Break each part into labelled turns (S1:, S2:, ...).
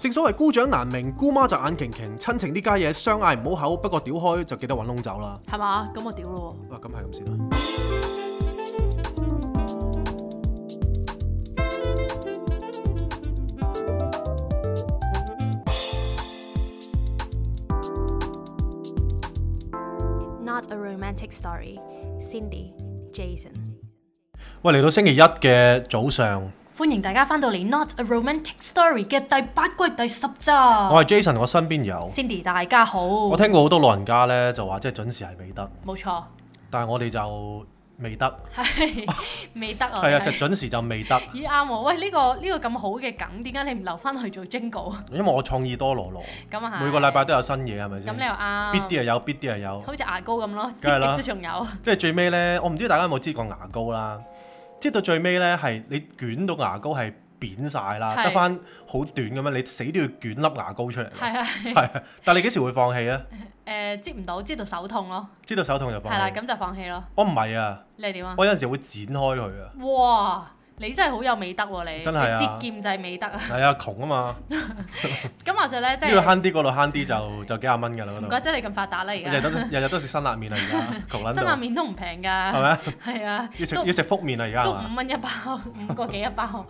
S1: 正所謂姑丈難明，姑媽就眼擎擎，親情呢家嘢相嗌唔好口，不過屌開就記得揾窿走啦。
S2: 係嘛？咁我屌咯
S1: 啊，咁係咁先啦。
S3: Not a romantic story. Cindy, Jason.
S1: 喂，嚟到星期一嘅早上，
S2: 喎！歡迎大家翻到嚟《Not a Romantic Story》嘅第八季第十集。
S1: 我係 Jason，我身邊有。
S2: Cindy，大家好。
S1: 我聽過好多老人家呢，就話即係準時係美德，
S2: 冇 錯，
S1: 但係我哋就未得，
S2: 係未得啊。
S1: 哦係啊，就
S2: 真係
S1: 準時就未得，
S2: 咦啱喎！喂，呢、個呢、個咁好嘅梗，點解你唔留翻去做 jingle？
S1: 因為我創意多羅羅，
S2: 咁啊係
S1: 每個禮拜都有新嘢，係咪
S2: 咁
S1: 先
S2: 你？又啱。
S1: 必啲又有，必啲又有。
S2: 好似牙膏咁咯，
S1: 梗係
S2: 積
S1: 啦
S2: 極都仲有。
S1: 即係最尾呢，我唔知大家有冇知過牙膏啦。即係到最尾呢，係你捲到牙膏係扁晒啦，
S2: 係
S1: 得翻好短咁樣，你死都要捲粒牙膏出嚟。
S2: 係啊，係
S1: 係，但係你幾時會放棄 呢？
S2: 誒，接唔到，知道手痛咯，
S1: 知道手痛就放
S2: 係啦，
S1: 棄。
S2: 咁就放棄咯。
S1: 我唔係啊，
S2: 你係點啊？
S1: 我有陣時會剪開佢啊。
S2: 哇！你真係好有美德喎、你
S1: 真係啊
S2: 你節儉就係美德啊！
S1: 係啊，窮啊嘛，
S2: 咁話說咧，即
S1: 呢度
S2: 係嗯
S1: 慳啲，嗰度慳啲就就幾廿蚊㗎啦嗰
S2: 唔
S1: 度。
S2: 怪得你咁發達啦而
S1: 我日日
S2: 家，
S1: 都日日都食辛辣麵啊，而家窮撚
S2: 辛辣
S1: 到，
S2: 面都唔平
S1: 係
S2: 㗎，
S1: 咪啊？
S2: 係啊，
S1: 要食
S2: 都
S1: 要食福麵啊，而家
S2: 都
S1: 係嘛？
S2: 五蚊一包， 五個幾一包。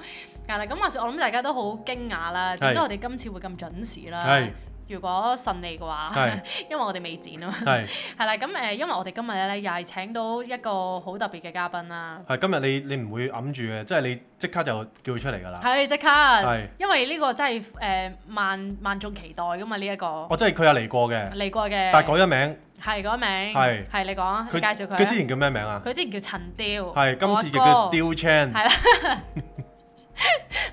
S2: 係啦，咁話說我諗大家都好驚訝啦，點解我哋今次會咁準時啦
S1: 係？
S2: 如果順利嘅話
S1: 係，
S2: 因為我哋未剪啊嘛。
S1: 係
S2: 係啦，咁誒，因為我哋今日咧又係請到一個好特別嘅嘉賓啦。
S1: 係今日你你唔會揞住嘅，即係你即刻就叫佢出嚟㗎啦。
S2: 係即刻
S1: 啊係，
S2: 因為呢個真係誒萬萬眾期待㗎嘛，呢一個
S1: 我真係佢有嚟過嘅，
S2: 嚟過嘅。
S1: 但係改咗名。
S2: 係嗰個名，
S1: 係
S2: 係你講啊，
S1: 佢
S2: 你介紹佢啊。
S1: 佢之前叫咩名啊？
S2: 佢之前叫陳雕，
S1: 係今次
S2: 我阿
S1: 叫
S2: 哥
S1: 佢。Diu Chan，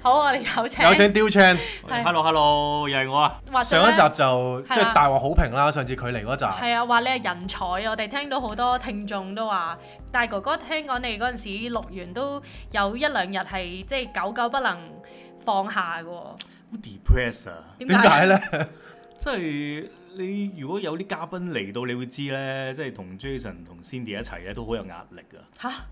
S2: 好，我哋有請。
S1: 有請 Diu Chan。
S2: 係
S4: Hello Hello，又係我啊！
S2: 話說
S1: 上一
S2: 咧
S1: 集就
S2: 係
S1: 即
S2: 啦
S1: 係大獲好評啦，上次佢嚟嗰集。
S2: 係啊，話你係人才，我哋聽到好多聽眾都話，大哥哥聽講你嗰陣時錄完都有一兩日係即係久久不能放下嘅喎，
S4: 好 depress 啊！
S2: 點
S1: 點解？咧？
S4: 即係你如果有啲嘉賓嚟到，你會知咧，即係同 Jason 同 Cindy 一齊咧，都好有壓力啊！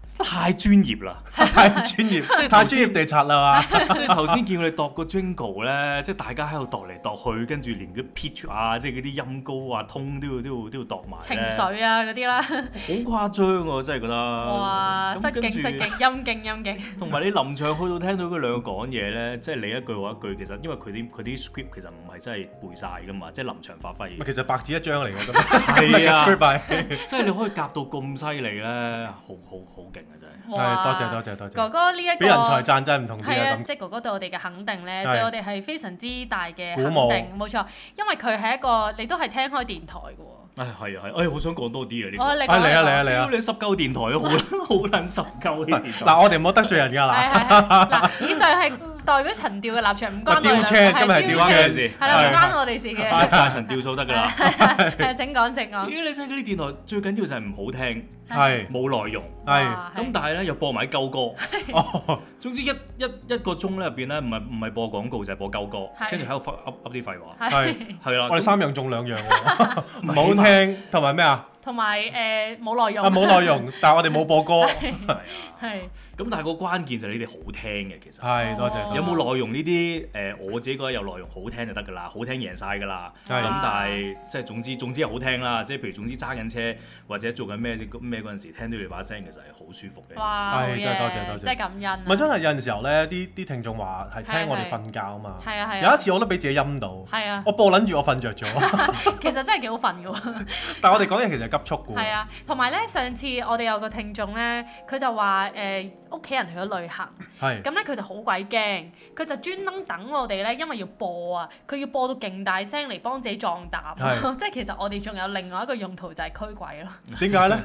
S2: 嚇，
S4: 太專 業啦！
S1: 太專業，
S4: 即係
S1: 太
S4: 頭先
S1: 專業地刷啦嘛。
S4: 即係頭先見佢哋度個 jingle 咧，即係大家喺度度嚟度去，跟住連嗰啲 pitch 啊，即係嗰啲音高啊、通都要都要都要度埋
S2: 情
S4: 咧
S2: 緒啊嗰啲啦，
S4: 好誇張啊！真係覺得
S2: 哇，
S4: 咁
S2: 失
S4: 跟
S2: 敬
S4: 住
S2: 失敬，陰敬陰敬，
S4: 同埋你臨場去到聽到佢兩個講嘢咧，即係你一句我一句，其實因為佢啲佢啲 script 其實唔係真係背晒噶嘛，即係臨場發揮。
S1: 其實白紙一張嚟嘅咁。
S4: 係啊
S1: 今日嘅 script 係
S4: 即係你可以夾到咁犀利咧，好好好勁啊！真係。
S2: 哇，
S1: 多謝多謝多謝
S2: 哥哥呢一個
S1: 俾人才讚真係唔同啲
S2: 係
S1: 啊
S2: 啊，
S1: 咁。
S2: 即係哥哥對我哋嘅肯定咧，
S1: 係
S2: 對我哋係非常之大嘅
S1: 鼓
S2: 肯
S1: 舞
S2: 定，冇錯。因為佢係一個你都係聽開電台嘅喎，
S4: 唉，係啊，係啊，唉，好想講多啲啊呢
S2: 我
S4: 個。
S2: 你
S1: 啊
S2: 講
S1: 嚟啊嚟啊嚟
S4: 屌
S1: 啊！
S4: 你濕鳩電台都好 好撚濕鳩呢啲電台。
S1: 嗱，我哋唔好得罪人㗎啦。
S2: 係係係嗱，以上係代表陳調嘅立場，唔 關我
S1: 咪
S2: 哋兩
S1: 調
S2: 個
S1: 車今日係調
S2: 調
S1: 車
S2: 車
S4: 先
S2: 係啦，唔
S1: 係
S2: 關我哋事嘅。
S4: 嗱，快神掉數得㗎啦。
S2: 係請講請
S4: 屌
S2: 講，
S4: 你真係嗰啲電台最緊要就係唔好聽，
S1: 係
S4: 冇內容。
S1: 係
S2: 哇
S4: 咁但係咧又播埋啲鳩歌。
S1: 哦，
S4: 總之一一一個鐘咧入邊咧，唔係唔係播廣告就係播鳩歌，
S2: 係
S4: 跟住喺度發噏噏啲廢話。
S1: 係
S4: 係啦，
S1: 我哋
S4: 咁
S1: 三樣中兩樣喎，
S4: 啊
S1: 唔好聽同埋咩啊？
S2: 同埋誒冇內容
S1: 啊，冇內容，但係我哋冇播歌，
S4: 係啊
S2: 係
S4: 咁但係個關鍵就係你哋好聽嘅其實。
S1: 係多
S2: 哦
S1: 謝。
S4: 有冇內容呢啲？誒、我自己覺得有內容好聽就得㗎啦，好聽贏晒㗎啦。
S1: 係
S4: 咁但係即係總之總之係好聽啦，即係譬如總之揸緊車或者做緊咩咩嗰陣時，聽到你把聲其實係好舒服嘅。
S2: 哇，好
S1: 係
S2: 嘢
S1: 真係多謝多謝
S2: 真係感恩啊。
S1: 唔係真係有陣時候咧，啲啲聽眾話係
S2: 係
S1: 聽我哋瞓覺啊嘛。
S2: 係啊係
S1: 有一
S2: 啊
S1: 次我都俾自己陰到，
S2: 係啊，
S1: 我播撚住我瞓着 咗，
S2: 其實真係幾好瞓嘅喎。
S1: 但係我哋講嘢其實係急速嘅
S2: 係
S1: 喎。
S2: 啊，同埋咧，上次我哋有個聽眾咧，佢就話誒屋企人去咗旅行，
S1: 係
S2: 咁咧佢就好鬼驚，佢就專登等我哋咧，因為要播啊，佢要播到勁大聲嚟幫自己壯膽，啊
S1: 係
S2: 即係其實我哋仲有另外一個用途就係驅鬼咯，
S1: 點解咧？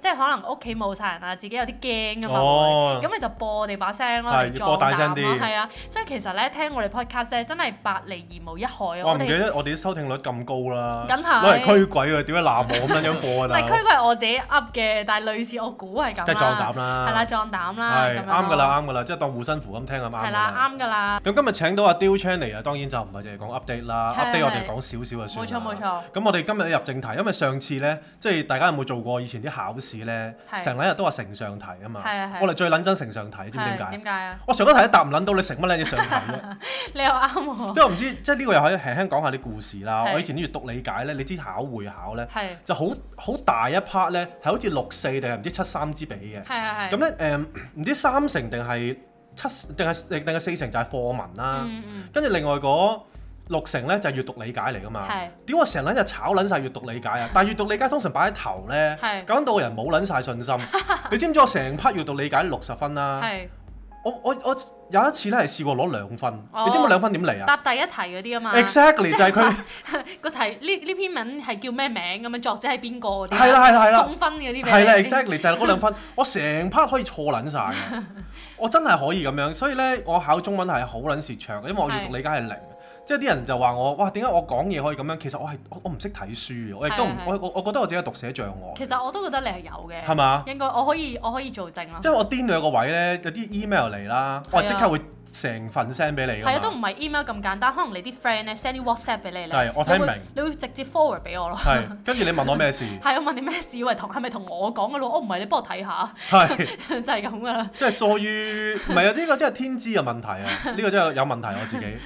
S2: 即係可能屋企冇晒人啊，自己有啲驚啊嘛。
S1: 哦
S2: 會咁你就播我哋把聲咯，
S1: 係
S2: 嚟
S1: 要播大
S2: 壯
S1: 聲
S2: 膽
S1: 啲
S2: 咯，係啊，所以其實咧聽我哋 podcast 咧真係百利而無一害啊！
S1: 我
S2: 我
S1: 唔記
S2: 哋
S1: 得我哋啲收聽率咁高啦，
S2: 梗係
S1: 攞嚟驅鬼啊！點解鬧我咁樣樣播我啊，
S2: 唔
S1: 大 佬
S2: 係佢個係我自己噏嘅，但係類似我估係咁
S1: 即係壯膽
S2: 啦，
S1: 啦，
S2: 係啦，壯膽啦，
S1: 係
S2: 咁樣咯
S1: 啱㗎，啦，啱㗎啦，即係當護身符咁聽咁啊啱㗎啦。
S2: 係啦，啱㗎啦，
S1: 咁今日請到阿 Dill Chan 嚟啊，當然就唔係淨係講 update 啦
S2: 係
S1: ，update 我哋
S2: 係
S1: 講少少就
S2: 冇
S1: 算
S2: 錯
S1: 啦
S2: 冇。錯，
S1: 咁我哋今日入正題，因為上次呢，即係大家有冇做過以前啲考試呢？
S2: 係
S1: 成撚日都話成上題啊嘛
S2: 係啊係啊。
S1: 我哋最撚憎成上題，知唔知點
S2: 係
S1: 解
S2: 點？解啊？
S1: 我上一題都答唔撚到，你成乜撚嘢上題啫？
S2: 你又啱喎，
S1: 因為唔知即係呢個又可以輕輕講下啲故事啦。
S2: 係
S1: 我以前啲閱讀理解呢，你知考會考呢，
S2: 係
S1: 就好好大一 part 呢，係好似六四定係唔知七三之比嘅。
S2: 係係係，
S1: 咁咧誒，唔知三成定係七定係定係四成就係課文啦。
S2: 嗯嗯
S1: 跟住另外嗰六成咧就係閱讀理解嚟噶嘛。
S2: 係
S1: 屌我成撚日炒撚晒閱讀理解 啊！但係閱讀理解通常擺喺頭咧
S2: 係，
S1: 搞到個人冇撚晒信 心。你知唔知我成 part 閱讀理解六十分啦？
S2: 係
S1: 我我我有一次咧係試過攞兩分，
S2: 哦
S1: 你知唔知兩分點嚟啊
S2: 答第一題嗰啲啊嘛
S1: ？Exactly 就係佢
S2: 個題呢呢篇文係叫咩名咁樣，作者係邊個嗰啲啊，
S1: 係啦係啦係啦
S2: 送分嗰啲俾你
S1: 係啦，exactly 就係嗰兩分，我成 part 可以錯撚晒 嘅，我真係可以咁樣，所以咧我考中文係好撚蝕場嘅，因為我閱讀理解係零嘅。即係啲人就話我，哇點解我講嘢可以咁樣？其實我係我我唔識睇書嘅，我亦都唔
S2: 係係
S1: 我我我覺得我自己有讀寫障礙，
S2: 其實我都覺得你係有嘅，
S1: 係嘛？
S2: 應該我可以我可以做證咯
S1: 即。係我癲到有個位咧，有啲 email 嚟啦，我係即
S2: 係啊
S1: 刻會成份 send 俾你㗎嘛
S2: 係啊，都唔係 email 咁簡單，可能你啲 friend 咧 send 啲 WhatsApp 俾你咧，
S1: 係我睇唔
S2: 你會
S1: 明
S2: 你會直接 forward 俾我咯。
S1: 係，跟住你問我 咩事？
S2: 係啊，問你咩事？以為同係咪同我講嘅咯？哦，唔係，你幫我睇下，
S1: 係。
S2: 就係咁噶啦。
S1: 即係疏於，唔係啊！呢個真係天資嘅問題啊！呢個真係有問題我自己。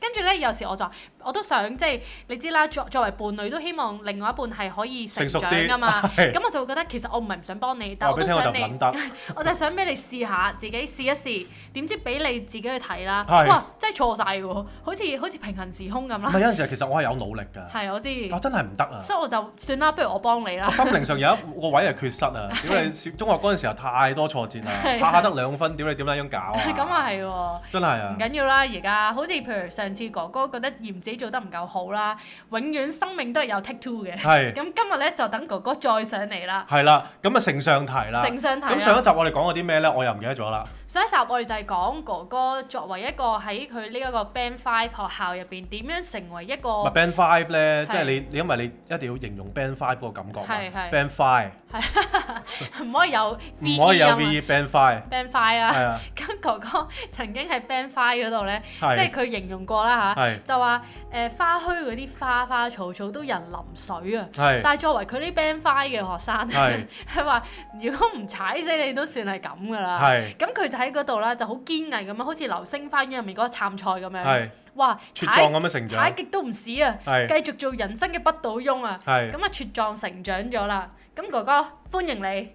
S2: 跟住咧，有時我就話我都想即係你知啦，作作為伴侶都希望另外一半係可以成長噶嘛。
S1: 成熟 啲係
S2: 咁我就會覺得其實我唔係唔想幫你， 但
S1: 話
S2: 我
S1: 俾
S2: 都
S1: 你聽我就唔
S2: 想你
S1: 撚， 得，
S2: 我就係想俾你試下，自己試一試。點知俾你自己去睇啦，
S1: 係
S2: 哇！真係錯晒嘅喎，好似好似平行時空咁
S1: 唔係
S2: 啦。
S1: 有陣時候其實我係有努力㗎，
S2: 係我知，
S1: 我真係唔得啊！
S2: 所以我就算啦，不如我幫 你啦
S1: 我。心靈上有 一個位係缺失啊！屌你，小中學嗰陣時候太多挫折啦，
S2: 係
S1: 下下得兩分，屌你點樣樣搞
S2: 咁
S1: 啊？
S2: 啊係喎。
S1: 真係
S2: 唔
S1: 啊！
S2: 緊要啦，而家好似譬如上次哥哥覺得嫌自己做得唔夠好啦，永遠生命都係有 take two 嘅。
S1: 係
S2: 咁今日咧就等哥哥再上嚟啦，
S1: 係啦，咁啊成上題啦。
S2: 承上題啊
S1: 咁上
S2: 啦。
S1: 一集我哋講過啲咩咧？我又唔記得咗啦。
S2: 上一集我哋就係講哥哥作為一個喺佢呢一個 Band Five 學校入邊點樣成為一
S1: 咪
S2: 個
S1: Band Five 咧，
S2: 係
S1: 即係你你因為你一定要形容 Band Five 嗰個感覺嘛。
S2: 係係
S1: Band Five
S2: 唔可以有 V
S1: 唔可以有
S2: E
S1: V
S2: 音
S1: Band Five
S2: 啊 Band Five
S1: 係
S2: 啦。
S1: 啊，
S2: 咁哥哥曾經喺 Band Five 嗰度咧，即
S1: 係
S2: 係佢形容過啦
S1: 係
S2: 吓，就話誒花墟嗰啲花花草草都人淋水啊。
S1: 係
S2: 但係作為佢呢 band five 嘅學生，
S1: 係
S2: 佢話如果唔踩死你都算係咁噶啦。
S1: 係
S2: 咁佢就喺嗰度啦，就好堅毅咁樣，好似流星花園入面嗰個杉菜咁樣。
S1: 係
S2: 哇！
S1: 茁壯
S2: 踩
S1: 咁樣成
S2: 踩
S1: 長，
S2: 極都唔死啊！繼
S1: 係
S2: 續做人生嘅不倒翁啊！
S1: 係
S2: 咁啊，茁壯成長咗啦。咁哥哥歡迎你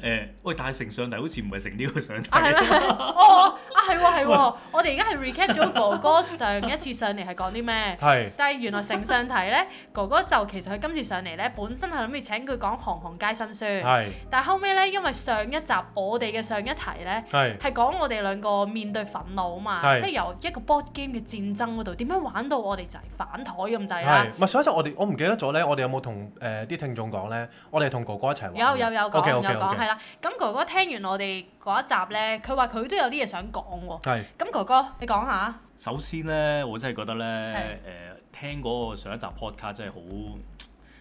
S4: 誒，喂，但係成上題好似唔係成呢個上題。
S2: 啊，係 咩？哦，啊係喎係喎，我哋而家係 recap 咗哥哥上一次上嚟係講啲咩？
S1: 係
S2: 但係原來成上題咧，哥哥就其實佢今次上嚟咧，本身係諗住請佢講行行皆辛酸。
S1: 係
S2: 但後尾咧，因為上一集我哋嘅上一題咧，
S1: 係
S2: 係講我哋兩個面對憤怒啊嘛，
S1: 係
S2: 即係由一個 board game 嘅戰爭嗰度點樣玩到我哋就係反台咁滯啦
S1: 係，。唔係所以就我哋我唔記得咗咧，我哋有冇同誒啲聽眾講咧？我哋係同哥哥一齊玩
S2: 有
S1: 嘅。
S2: 有有講
S1: OK，
S2: 有
S1: OK，
S2: 講
S1: OK
S2: 係啦。咁哥哥聽完我哋嗰一集咧，佢話佢都有啲嘢想講喎。
S1: 係
S2: 咁哥哥你講下，
S4: 首先咧，我真係覺得咧，誒、聽嗰個上一集 podcast 真係好，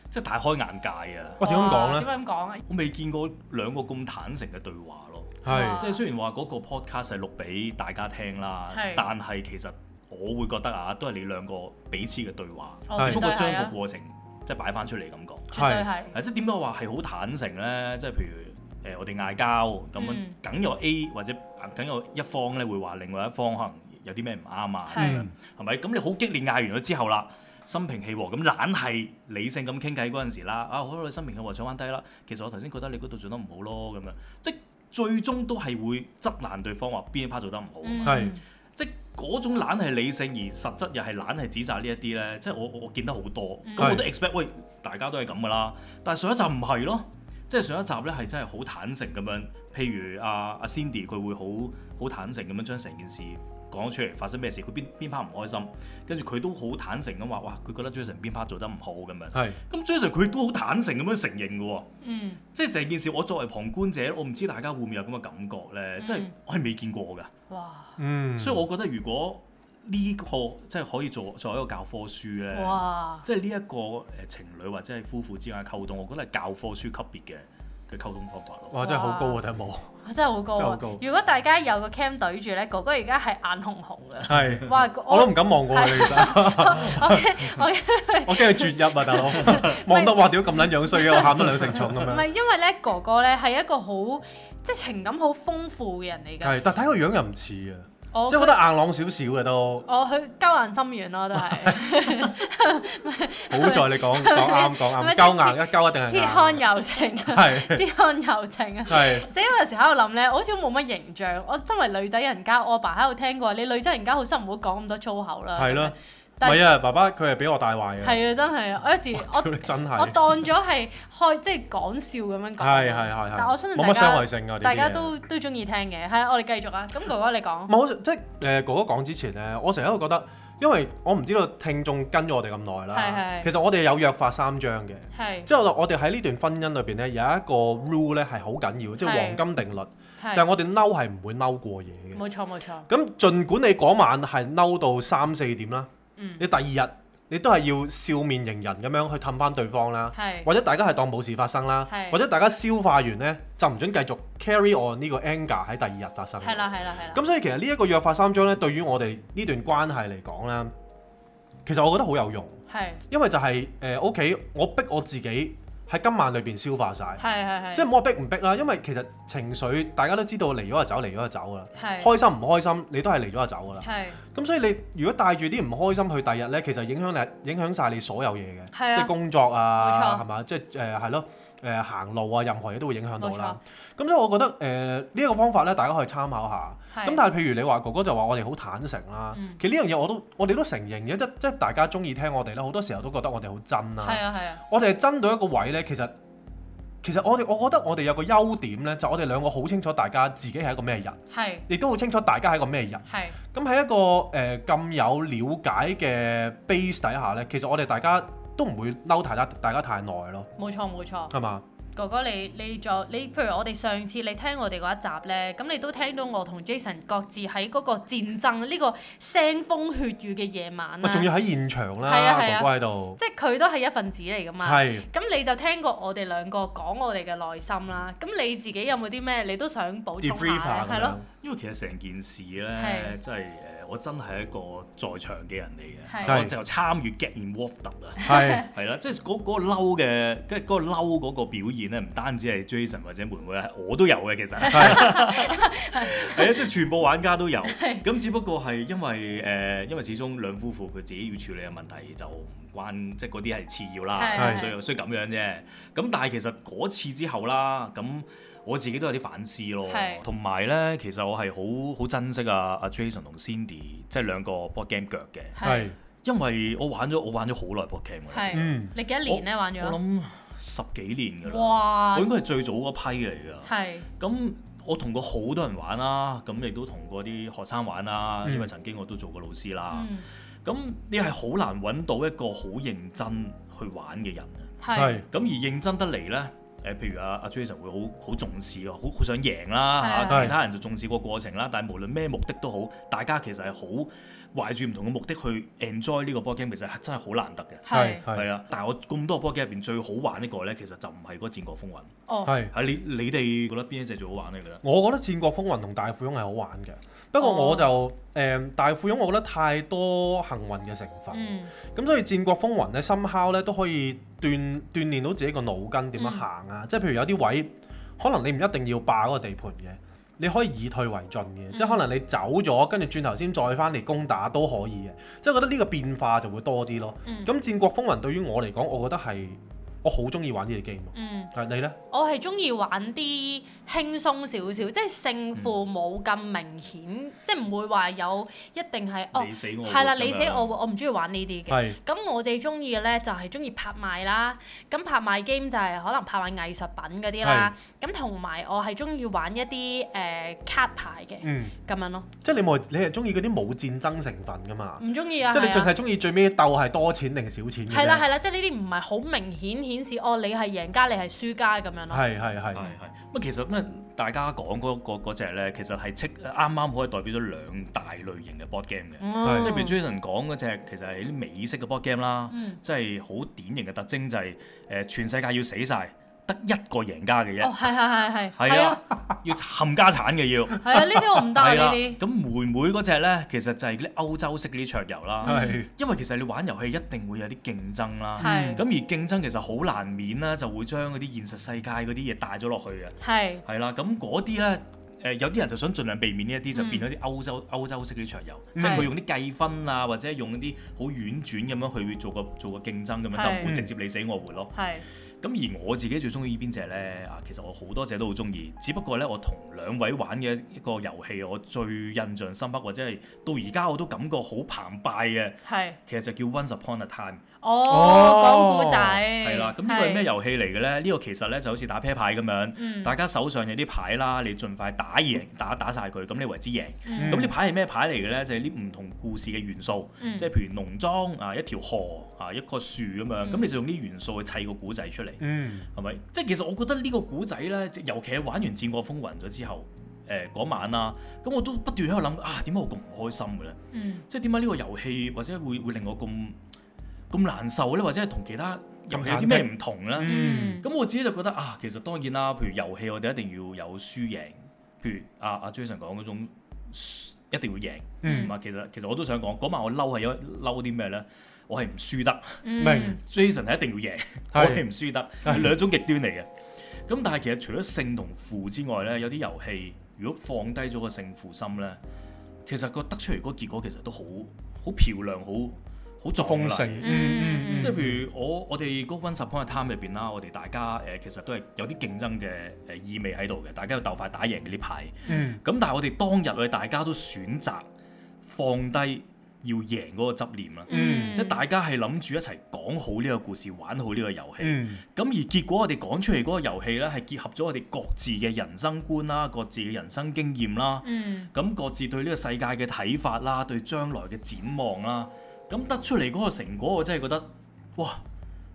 S4: 即係大開眼界啊！
S1: 我點咁講
S2: 哇點
S1: 咧？
S2: 解咁講啊？
S4: 我未見過兩個咁坦誠嘅對話咯。
S1: 係
S2: 啊
S4: 即係雖然話嗰個 podcast 係錄俾大家聽啦
S2: 係，
S4: 但係其實我會覺得啊，都係你兩個彼此嘅對話，
S2: 哦
S4: 只不過
S2: 絕對係啊
S4: 將個過程即係擺翻出嚟咁講。
S2: 絕對啊係
S4: 誒，即係點解話係好坦誠咧？即係譬如誒、我哋嗌交咁樣
S2: 嗯，
S4: 梗有 A 或者啊梗有一方咧會話另外一方可能有啲咩唔啱啊，
S2: 係
S1: 嗯
S4: 係咪？咁你好激烈嗌完咗之後啦，心平氣和咁懶係理性咁傾偈嗰陣時啦，啊好啦，你心平氣和坐翻低啦。其實我頭先覺得你嗰度做得唔好咯，咁樣即係最終都係會質難對方話邊一 part 做得唔好啊嘛。
S2: 嗯
S1: 係
S4: 即係嗰種懶係理性，而實質又係懶係指責呢一啲咧，即係我我我見得好多，
S2: 嗯
S4: 咁我都 expect 喂大家都係咁噶啦，但係上一集唔係咯，即係上一集咧係真係好坦誠咁樣，譬如阿、阿、Cindy 佢會好好坦誠咁樣將成件事講出嚟，發生咩事，佢邊邊 part 唔開心，跟住佢都好坦誠咁話，哇佢覺得 Jason 邊 part 做得唔好咁樣，
S1: 係
S4: 咁 Jason 佢都好坦誠咁樣承認嘅喎。
S2: 嗯
S4: 即係成件事，我作為旁觀者，我唔知大家會唔會有咁嘅感覺咧？即係
S2: 嗯
S4: 我係未見過㗎，
S2: 哇
S1: 嗯，
S4: 所以我覺得如果呢個即係可以做作為一個教科書咧。
S2: 哇！
S4: 即係呢一個誒情侶或者係夫婦之間嘅溝通，我覺得係教科書級別嘅嘅溝通方法咯。
S1: 哇！真係好高啊，頂帽。
S2: 啊真係好高
S1: 真係
S2: 啊
S1: 好高！
S2: 如果大家有個 cam 對住咧，哥哥而家係眼紅紅嘅。
S1: 係，
S2: 哇！
S1: 我都唔敢望過佢，其實
S2: 我我
S1: 我驚佢絕泣 啊，大佬。望得哇，屌咁撚樣衰嘅，我喊得兩成重咁
S2: 唔
S1: 樣。
S2: 係因為咧，哥哥咧係一個好即係情感好豐富嘅人嚟㗎。
S1: 係，但睇個樣又唔似啊，
S2: 我
S1: 即係覺得硬朗少少嘅都。
S2: 我去交眼心軟 咯，都係
S1: 啊好在你講講啱講
S2: 係
S1: 啱，
S2: 咪
S1: 鳩硬一鳩一定係
S2: 鐵漢
S1: 硬。
S2: 柔情 啊，
S1: 係
S2: 鐵漢柔情 啊！
S1: 係
S2: 死我有時喺度諗咧，我好似冇乜形象。我身為女仔人家，我阿爸喺度聽過，你女仔人家好心唔好講咁多粗口啦。
S1: 係咯，唔
S2: 但係
S1: 係啊，爸爸佢係俾我帶壞嘅。
S2: 係啊，真係啊！我有時我
S1: 屌你 真
S2: 我
S1: 係。
S2: 當咗係開即係講笑咁樣講。啊
S1: 係係係係。
S2: 但我相信
S1: 冇乜傷
S2: 大
S1: 害
S2: 家
S1: 性啊，呢啲
S2: 大家
S1: 嘢
S2: 都都中意聽嘅。係啊，我哋繼續啊。咁哥哥你
S1: 唔
S2: 講，
S1: 係我即係誒、哥哥講之前咧，我成日喺度覺得，因為我唔知道聽眾跟咗我哋咁耐啦
S2: 係係，
S1: 其實我哋有約法三章嘅。
S2: 係
S1: 之後我哋喺呢段婚姻裏邊咧，有一個 rule 咧係好緊要，即係
S2: 係
S1: 黃金定律，就係
S2: 係嗯
S1: 我哋嬲係唔會嬲過夜嘅。
S2: 冇錯冇錯，
S1: 咁儘管你嗰晚係嬲到三四點啦，
S2: 嗯
S1: 你第二日你都係要笑面迎人咁樣去氹翻對方啦，
S2: 係
S1: 或者大家係當冇事發生啦，
S2: 係
S1: 或者大家消化完呢，就唔准繼續 carry on 呢個 anger 喺第二日發生。
S2: 係啦係啦係啦。
S1: 咁所以其實呢一個約法三章咧，對於我哋呢段關係嚟講咧，其實我覺得好有用，
S2: 係
S1: 因為就係誒屋企我逼我自己喺今晚裏邊消化晒，
S2: 係係係，
S1: 即係冇話逼唔逼啦，因為其實情緒大家都知道嚟咗就走，嚟咗就走噶啦，
S2: 係
S1: 開心唔開心你都係嚟咗就走噶啦。
S2: 係
S1: 咁所以你如果帶住啲唔開心去第日咧，其實影響你影響晒你所有嘢嘅，
S2: 係啊
S1: 即係工作啊，
S2: 冇錯
S1: 係嘛？即係誒係咯，誒行路啊，任何嘢都會影響到啦。咁所以我覺得呃誒呢一個方法咧，大家可以參考下。
S2: 係
S1: 咁但係譬如你話哥哥就話我哋好坦誠啦，
S2: 嗯
S1: 其實呢樣嘢我都我哋都承認嘅，即即係大家中意聽我哋咧，好多時候都覺得我哋好真啦。
S2: 係啊係啊，
S1: 我哋係真到一個位咧，其實其實我哋我覺得我哋有個優點咧，就我哋兩個好清楚大家自己係一個咩人，
S2: 係啊
S1: 亦都好清楚大家係一個咩人。
S2: 係
S1: 咁喺一個誒咁、有了解嘅 base 底下咧，其實我哋大家都唔會嬲大家大家太耐咯，
S2: 冇錯冇錯。
S1: 係嘛？
S2: 哥哥你你做你，譬如我哋上次你聽我哋嗰一集呢，咁你都聽到我同 Jason 各自喺嗰個戰爭呢個腥風血雨嘅夜晚
S1: 咪
S2: 啦，
S1: 啊仲要喺現場啦，
S2: 係啊係啊
S1: 哥哥喺度，
S2: 即係佢都係一份子嚟噶嘛。
S1: 係
S2: 咁你就聽過我哋兩個講我哋嘅內心啦。咁你自己有冇啲咩你都想補充
S1: debrief
S2: 下
S1: 下咁
S2: 呢？係
S1: 樣
S2: 咯，，
S4: 因為其實成件事咧
S2: 係，
S4: 真係誒，我真係一個在場嘅人嚟
S2: 係
S4: 嘅，我就參與 get involved 啊。
S1: 係。
S4: 係啦，即係嗰嗰個嬲嘅，跟住嗰個嬲嗰個表現咧，唔單止係 Jason 或者妹妹啊，我都有嘅其實，係啊， 即係全部玩家都有。咁只不過係因為誒、呃因為始終兩夫婦佢自己要處理嘅問題就唔關，即係嗰啲係次要
S2: 係
S4: 啦，
S1: 係
S4: 所以所以咁樣啫。咁但係其實嗰次之後啦，咁。我自己都有啲反思咯
S2: 係，
S4: 同埋咧，其實我係好好珍惜啊阿 Jason 同 Cindy 即係兩個 board game 腳嘅，
S1: 係，
S4: 因為我玩咗我玩咗好耐 board game 㗎啦
S2: 係
S1: 嗯
S2: 你幾多年呢？玩咗
S4: 我？諗十幾年㗎啦，
S2: 啊哇
S4: 我！應該係最早嗰批嚟㗎。
S2: 係
S4: 咁我同過好多人玩啦，咁亦都同過啲學生玩啦，
S1: 嗯
S4: 因為曾經我都做過老師啦。
S2: 嗯
S4: 咁你係好難揾到一個好認真去玩嘅人啊。
S2: 係
S4: 咁而認真得嚟呢，誒譬如阿阿 Jason 會好好重視啊，好好想贏啦
S2: 係
S4: 嚇，
S1: 啊
S4: 其他人就重視個過程啦。但係無論咩目的都好，大家其實係好懷住唔同嘅目的去 enjoy 呢個 board game，其實係真係好難得嘅。
S1: 係
S2: 係
S4: 係
S1: 係
S4: 啊，但係我咁多個 board game 入邊最好玩一個咧，其實就唔係嗰個《戰國風雲》。
S2: 哦
S1: 係。
S4: 係你你哋覺得邊一隻最好玩咧？你覺得？
S1: 我覺得《戰國風雲》同《大富翁》係好玩嘅，不過
S2: 哦
S1: 我就誒、大富翁》我覺得太多幸運嘅成分，咁、
S2: 嗯
S1: 所以《戰國風雲》咧，somehow 咧都可以鍛鍛鍊到自己個腦筋
S2: 嗯
S1: 點樣行啊，即係譬如有啲位可能你唔一定要霸嗰個地盤嘅。你可以以退為進
S2: 嗯
S1: 嘅，即係可能你走咗，跟住轉頭先再翻嚟攻打都可以嘅，即係覺得呢個變化就會多啲咯。
S2: 嗯
S1: 咁、戰國風雲》對於我嚟講，我覺得係我好中意玩呢隻 game 咯。
S2: 嗯。
S1: 係你呢？
S2: 我係中意玩啲輕鬆少少，即係勝負冇咁明顯，即係唔會話有一定係哦
S4: 你，死我活
S2: 係啦，
S4: 咁樣
S2: 你死我活，我唔中意玩呢啲嘅。
S1: 係
S2: 咁我哋中意嘅咧就係中意拍賣啦，咁拍賣 game 就係可能拍賣藝術品嗰啲啦，咁同埋我係中意玩一啲誒、呃卡牌嘅
S1: 嗯。
S2: 咁樣咯，
S1: 即係你冇，你係中意嗰啲冇戰爭成分噶嘛？
S2: 唔中意啊，
S1: 即係你
S2: 係
S1: 淨
S2: 啊
S1: 係中意最尾鬥係多錢定少錢嘅啫。
S2: 係啦係啦，即係呢啲唔係好明顯顯顯示哦，你係贏家，你係輸家咁樣咯。
S1: 係係
S4: 係
S1: 係，
S4: 係，咁其實咧，大家講嗰個嗰只咧，其實係即啱啱可以代表咗兩大類型嘅 board game 嘅。
S2: 嗯
S4: 即係譬如 Jason 講嗰隻，其實係啲美式嘅 board game 啦，
S2: 嗯
S4: 即係好典型嘅特徵就係、誒、全世界要死晒，得一個贏家嘅啫，
S2: 哦，係係係係，
S4: 係
S2: 係啊
S4: 啊，要冚家產嘅要。
S2: 係啊，呢啲我唔得啊
S4: 係
S2: 呢
S4: 啦，
S2: 啲。
S4: 咁妹妹嗰只咧，其實就係嗰啲歐洲式嗰啲桌遊啦
S1: 係。
S4: 因為其實你玩遊戲一定會有啲競爭啦。
S2: 係
S4: 咁而競爭其實好難免啦，就會將嗰啲現實世界嗰啲嘢帶咗落去嘅。
S2: 係
S4: 係啦，咁嗰啲咧。誒、有啲人就想盡量避免呢一啲，就變咗啲歐洲、歐洲式嗰啲桌遊，即係佢用啲計分啊，或者用一啲好婉轉咁樣去做個做個競爭咁樣，就唔會直接你死我活咯。
S2: 係
S4: 咁而我自己最中意邊只呢？啊，其實我好多隻都好中意，只不過呢，我同兩位玩嘅一個遊戲，我最印象深刻或者係到而家我都感覺好澎湃嘅，
S2: 係。
S4: 其實就叫 Once Upon a Time，
S2: 哦，講古仔。
S4: 係
S2: 係
S4: 啦。咁呢個係咩遊戲嚟嘅呢？呢個其實呢就好似打啤牌咁樣，大家手上有啲牌啦，你盡快打贏打打晒佢，咁你為之贏。咁呢牌係咩牌嚟嘅呢？就係啲唔同故事嘅元素，
S2: 嗯
S4: 即係譬如農莊啊、一條河啊、一個樹咁樣，咁你就用啲元素去砌個古仔出嚟。
S1: 嗯，
S4: 係咪？即係其實我覺得呢個古仔呢，即係尤其係玩完《戰國風雲》咗之後，誒、嗰晚啦、咁我都不斷喺度諗啊，點解我咁唔開心嘅咧？
S2: 嗯
S4: 即係點解呢個遊戲或者會會令我咁咁難受呢？或者係同其他遊戲有啲咩唔同呢？
S2: 嗯
S4: 咁、我自己就覺得啊，其實當然啦，譬如遊戲我哋一定要有輸贏，譬如阿阿 Jason 講嗰種輸一定要贏，
S1: 嗯
S4: 咁啊、其實其實我都想講嗰晚我嬲係因為嬲啲咩呢？我係唔輸得。
S2: 嗯
S1: 明，
S4: Jason 係一定要贏，我
S1: 係
S4: 係唔輸得，兩種極端嚟嘅。咁但係其實除咗勝同負之外咧，有啲遊戲如果放低咗個勝負心咧，其實個得出嚟嗰個結果其實都好好漂亮，好好壯
S1: 豐盛，
S4: 麗。
S1: 嗯嗯，
S4: 即係譬如我我哋嗰個 Once Upon a Time 入邊啦，我哋大家誒、呃其實都係有啲競爭嘅誒意味喺度嘅，大家要鬥快打贏嘅呢排。
S1: 嗯
S4: 咁但係我哋當日我哋大家都選擇放低要贏嗰個執念啦。
S1: 嗯
S4: 即係大家係諗住一齊講好呢個故事，玩好呢個遊戲。咁、
S1: 嗯
S4: 而結果我哋講出嚟嗰個遊戲呢，係結合咗我哋各自嘅人生觀啦、各自嘅人生經驗啦、
S2: 嗯
S4: 咁各自對呢個世界嘅睇法啦、對將來嘅展望啦，咁得出嚟嗰個成果，我真係覺得哇，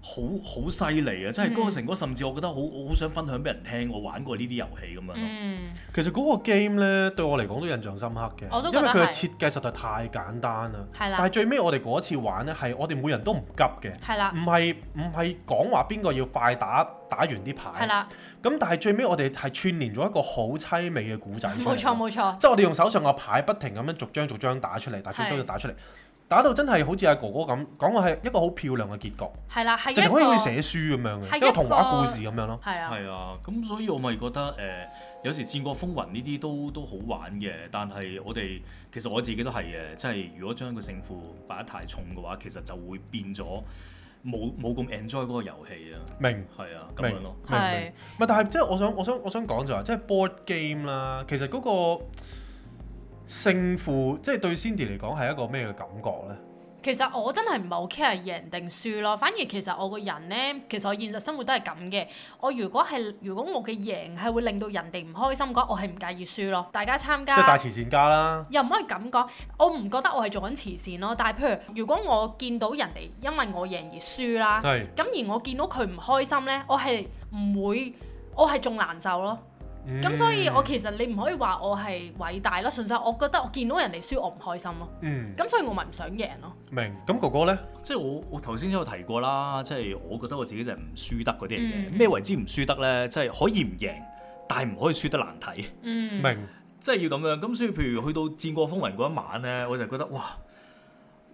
S4: 好好犀利啊！真係嗰
S1: 嗯
S4: 個成果，甚至我覺得好我好想分享俾人聽，我玩過呢啲遊戲咁樣咯。
S2: 嗯，
S1: 其實嗰個 game 咧對我嚟講都印象深刻嘅，
S2: 我都覺
S1: 因
S2: 得
S1: 為佢嘅
S2: 係
S1: 設計實在太簡單啦。
S2: 係啦
S1: 但係最尾我哋嗰次玩咧係我哋每人都唔急嘅，
S2: 係啦
S1: 唔係唔係講話邊個要快打打完啲牌。
S2: 係。啦，
S1: 咁但係最尾我哋係串連咗一個好凄美嘅古仔出嚟。
S2: 冇錯冇錯，
S1: 即係我哋用手上個牌不停咁樣逐張逐張打出嚟，打出
S2: 係
S1: 張就打出嚟，打到真係好似阿哥哥咁講話係一個好漂亮嘅結局，
S2: 係啦，係
S1: 直
S2: 一
S1: 情可以好似
S2: 個
S1: 寫書咁樣嘅，
S2: 係
S1: 一
S2: 一
S1: 個
S2: 個
S1: 童話故事咁樣咯。
S2: 係啊，
S4: 係啊，咁所以我咪覺得誒、呃有時戰國風雲呢啲都都好玩嘅，但係我哋其實我自己都係嘅，即係如果將個勝負擺得太重嘅話，其實就會變咗冇冇咁 enjoy 嗰個遊戲啊。
S1: 明。
S4: 係啊，咁
S1: 明
S4: 樣咯。
S1: 明唔明
S2: 係
S1: 唔係，但係即係我想我想我想講就係即係 board game 啦，其實嗰個勝負即係對 Cindy 嚟講係一個咩嘅感覺咧？
S2: 其實我真係唔係好 care 贏定輸咯，反而其實我個人呢，其實我現實生活都係咁嘅。我如果係如果我嘅贏係會令到人哋唔開心嘅話，我係唔介意輸咯。大家參
S1: 即係大
S2: 加。
S1: 慈善家啦，
S2: 又唔可以咁講，我唔覺得我係做緊慈善咯。但係譬如如果我見到人哋因為我贏而輸啦，
S1: 係
S2: 咁而我見到佢唔開心呢，我係唔會，我係仲難受咯。
S1: 咁
S2: 咁所以我其實你唔可以話我係偉大咯，純粹我覺得我見到人哋輸我唔開心咯，
S1: 嗯
S2: 咁所以我咪唔想贏咯。
S1: 明咁哥哥咧，
S4: 即係我我頭先都有提過啦，即係我覺得我自己就係唔輸得嗰啲嚟嘅。
S2: 嗯
S4: 咩、為之唔輸得呢？即係可以唔贏，但係唔可以輸得難睇。
S2: 嗯，
S1: 明
S4: 即係要咁樣。咁所以譬如去到戰國風雲嗰一晚咧，我就覺得哇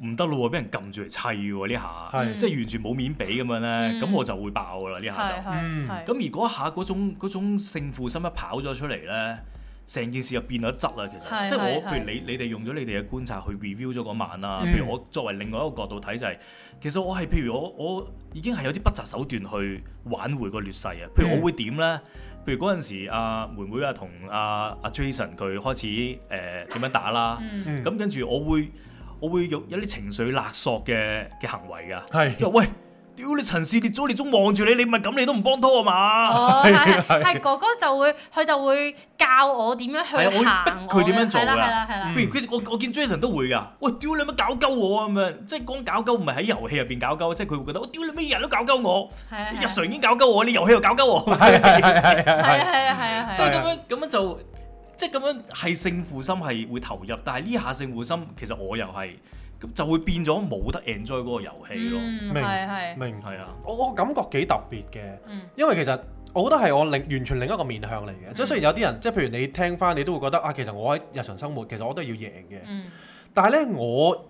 S4: 唔得咯喎，俾人撳住嚟砌喎
S1: 係
S4: 呢下，即係完全冇面俾咁樣咧，咁、我就會爆噶啦呢下
S2: 係
S4: 就。
S1: 嗯
S2: 係係。
S4: 咁而嗰一下嗰種嗰種勝負心一跑咗出嚟咧，成件事就變咗質啦。其實，
S2: 係
S4: 即係我
S2: 係
S4: 譬如你你哋用咗你哋嘅觀察去 review 咗嗰晚啦。
S1: 嗯
S4: 譬如我作為另外一個角度睇就係、其實我係譬如我我已經係有啲不擇手段去挽回個劣勢啊。譬
S2: 嗯
S4: 如我會點咧？譬如嗰陣時，阿、妹妹啊同阿阿 Jason 佢開始誒點、樣打啦，
S1: 嗯
S4: 咁跟住我會我會有有啲情緒勒索嘅嘅行為㗎，啊
S1: 係
S4: 即係喂屌你陳氏跌咗，你仲望住你，你咪咁你都唔幫拖啊嘛？
S2: 哦，
S1: 係係
S2: 係係係哥哥就會佢就會教我點樣
S4: 係啊
S2: 去
S4: 我要逼
S2: 行
S4: 佢點樣
S2: 嘅
S4: 做
S2: 係啦
S4: 㗎
S2: 係啦係啦，
S4: 譬如佢我我見 Jason 都會㗎，喂屌你乜搞鳩我啊咁樣，即係講搞鳩唔係喺遊戲入邊搞鳩，啊即係佢會覺得我屌你乜人都搞鳩我，
S2: 係啊係啊
S4: 日常已經搞鳩我，你遊戲又搞鳩我，
S1: 係係係係
S2: 係
S1: 係。
S2: 啊係啊係啊
S4: 即
S2: 係啊，
S4: 係咁樣咁樣就即係咁樣係勝負心係會投入，但係呢下勝負心其實我又係咁就會變咗冇得 enjoy 嗰個遊戲咯，
S2: 嗯
S1: 明
S2: 係係
S1: 明
S4: 係啊，
S1: 我我感覺幾特別嘅，
S2: 嗯
S1: 因為其實我覺得係我另完全另一個面向嚟嘅，即係雖然有啲人即係譬如你聽翻，你都會覺得啊，其實我喺日常生活其實我都係要贏嘅，
S2: 嗯
S1: 但係咧我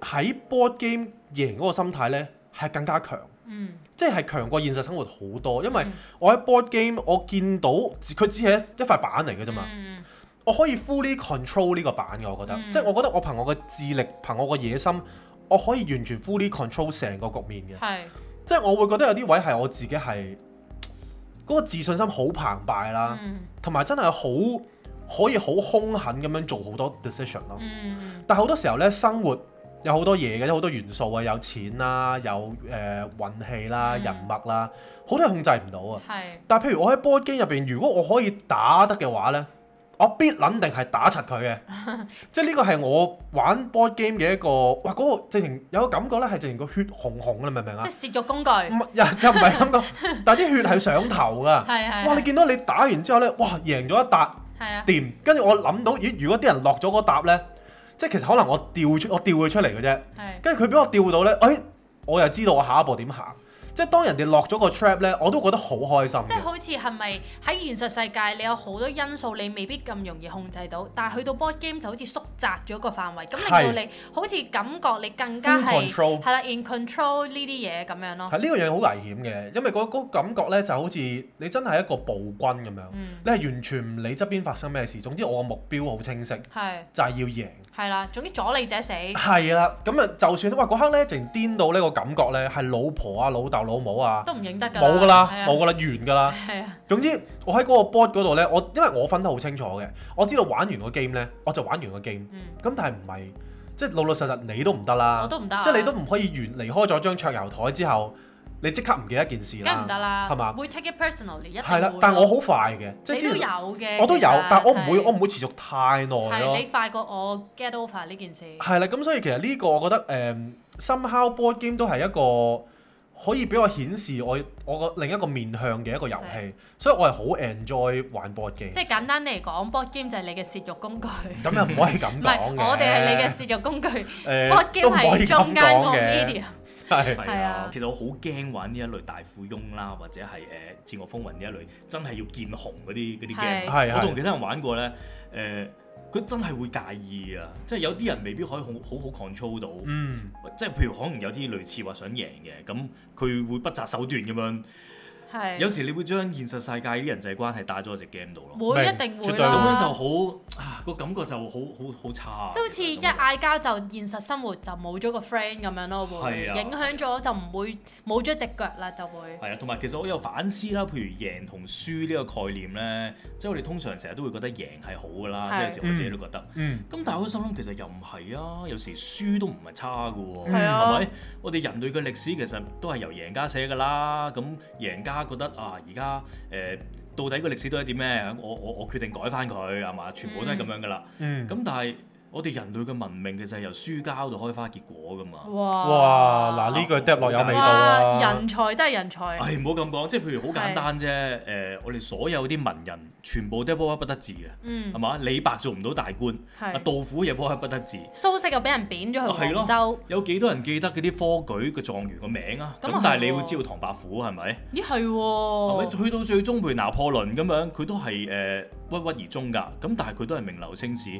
S1: 喺 board game 贏嗰個心態咧係更加強。
S2: 嗯
S1: 即係強過現實生活好多，因為我喺 board game 我見到只佢只係一塊板嚟嘅啫嘛，
S2: 嗯
S1: 我可以 fully control 呢個板嘅，我覺得，
S2: 嗯
S1: 即係我覺得我憑我嘅智力，憑我嘅野心，我可以完全 fully control 成個局面嘅。
S2: 嗯係
S1: 即係我會覺得有啲位係我自己係嗰個自信心好澎湃啦，
S2: 嗯
S1: 同埋真係好可以好兇狠咁樣做好多 decision 咯。
S2: 嗯
S1: 但係好多時候咧，生活有好多嘢嘅，有好多元素啊，有錢啦，有誒、呃、運氣啦、
S2: 嗯
S1: 人脈啦，好多嘢控制唔到啊。
S2: 係
S1: 但係譬如我喺 board game 入邊，如果我可以打得嘅話咧，我必撚定係打柒佢嘅。 即係呢個係我玩 board game 嘅一個，哇！嗰、個直情有個感覺咧，係直情個血紅紅，你明唔明啊
S2: 即係？泄慾工具，
S1: 唔
S2: 係
S1: 係又又唔係咁 講，但係啲血係上頭㗎。
S2: 係
S1: 哇！你見到你打完之後咧，哇！贏咗一笪。
S2: 係啊
S1: 掂，跟住我諗到，咦？如果啲人落咗嗰沓咧，即係其實可能我調出，我調佢出嚟嘅啫。
S2: 係。
S1: 跟住佢俾我調到咧，哎，我又知道我下一步點行。即係當人哋落咗個 trap 咧，我都覺得好開心嘅。
S2: 即係好似係咪喺現實世界你有好多因素你未必咁容易控制到，但係去到 board game 就好似縮窄咗個範圍，咁令
S1: 係
S2: 到你好似感覺你更加
S1: Full
S2: 係
S1: control
S2: 係啦 in control 呢啲嘢咁樣咯。
S1: 係呢個樣好危險嘅，因為嗰嗰感覺咧就好似你真係一個暴君咁樣，
S2: 嗯
S1: 你係完全唔理側邊發生咩事。總之我個目標好清晰，
S2: 係
S1: 就係要贏。
S2: 係啦，總之阻你者死。
S1: 係啦，咁啊，就算哇嗰刻咧，直情顛到呢個感覺咧，係老婆啊、老豆、老母啊，
S2: 都唔認得㗎啦，
S1: 冇㗎啦
S2: 係啊，
S1: 冇㗎啦，完㗎啦。
S2: 係啊，
S1: 總之，我喺嗰個 board 嗰度呢，我因為我分得好清楚嘅，我知道玩完個 game 呢，我就玩完個 game。
S2: 嗯，
S1: 咁但係唔係，即係老老實實你都唔得
S2: 我
S1: 啦，
S2: 都唔得啊，
S1: 即係你都唔可以完離開咗張桌遊台之後，你即刻唔記得一件事
S2: 梗係唔得
S1: 啦，
S2: 啦，
S1: 係嘛
S2: 會 take it personally 一定
S1: 係啦
S2: 會。
S1: 但係我好快嘅，即係
S2: 你
S1: 之
S2: 都
S1: 前
S2: 有嘅，
S1: 我都有，
S2: 其實
S1: 但係我唔會，
S2: 係
S1: 我唔會持續太耐
S2: 係
S1: 咯
S2: 你。快過我 get over 呢件事，
S1: 係啦，咁所以其實呢個我覺得誒，somehow board game 都係一個可以俾我顯示我我個另一個面向嘅一個遊戲，所以我係好 enjoy 玩 board game
S2: 即。係簡單嚟講，board game 就係你嘅泄慾工具。
S1: 咁又唔可以咁
S2: 唔係
S1: 講，
S2: 我哋係你嘅泄慾工具
S1: 誒
S2: ，board game 係中間個 media。
S1: 係
S4: 係
S2: 係
S4: 啊
S2: 啊，
S4: 其實我好驚玩呢一類大富翁啦，或者係誒、呃、自我風雲呢一類，真係要見紅嗰啲嗰啲
S2: 係
S4: game。
S1: 係
S4: 我同
S1: 係
S4: 其他人玩過咧，誒、佢真係會介意啊！即係有啲人未必可以好好好 control 到，
S1: 嗯
S4: 即係譬如可能有啲類似話想贏嘅，咁佢會不擇手段咁樣。
S2: 係
S4: 有時你會將現實世界啲人際關係帶咗去隻 game 度咯，
S2: 會
S1: 明
S2: 一定
S1: 絕
S2: 會
S1: 對
S4: 咁樣
S2: 啦。
S4: 就好啊個感覺就好好好差啊。
S2: 即係好似一嗌交就現實生活就冇咗個 friend 咁樣咯，會
S4: 係啊
S2: 影響咗就唔會冇咗只腳啦，就會
S4: 係啊，同埋其實我有反思啦，譬如贏同輸呢個概念呢，即係我哋通常成日都會覺得贏係好㗎啦，即係
S2: 係
S4: 有時我自己都覺得。咁、
S1: 嗯，
S4: 但係我心諗其實又唔係啊，有時輸都唔係差㗎喎，
S2: 係啊
S4: 係咪？我哋人類嘅歷史其實都係由贏家寫㗎啦，咁贏家覺得啊，而家誒到底個歷史都係點咩？我我我決定改翻佢係嘛，全部都係咁樣㗎啦。
S1: 嗯
S4: 咁、但係我哋人類嘅文明其實係由輸交到開花結果㗎嘛。
S2: 哇
S1: 哇！嗱呢句掉落有味道啊
S2: 哇
S1: 啦，
S2: 人才真係人才，
S4: 唉，唔好咁講，即係譬如好簡單啫。誒、我哋所有啲文人全部都係波不得志嘅，
S2: 嗯
S4: 係嘛、李白做唔到大官，啊
S2: 係
S4: 杜甫又波不得志。
S2: 蘇軾又俾人貶咗
S4: 係
S2: 去
S4: 咯
S2: 杭州，
S4: 有幾多人記得嗰啲科舉嘅狀元個名啊？
S2: 咁
S4: 咁
S2: 啊係
S4: 但係你
S2: 喎哦
S4: 會知道唐伯虎係咪？
S2: 咦係
S4: 係咪、
S2: 喎，
S4: 去到最終，譬如拿破崙咁樣，佢都係誒、呃鬱鬱而終㗎。咁但係佢都係名留青史，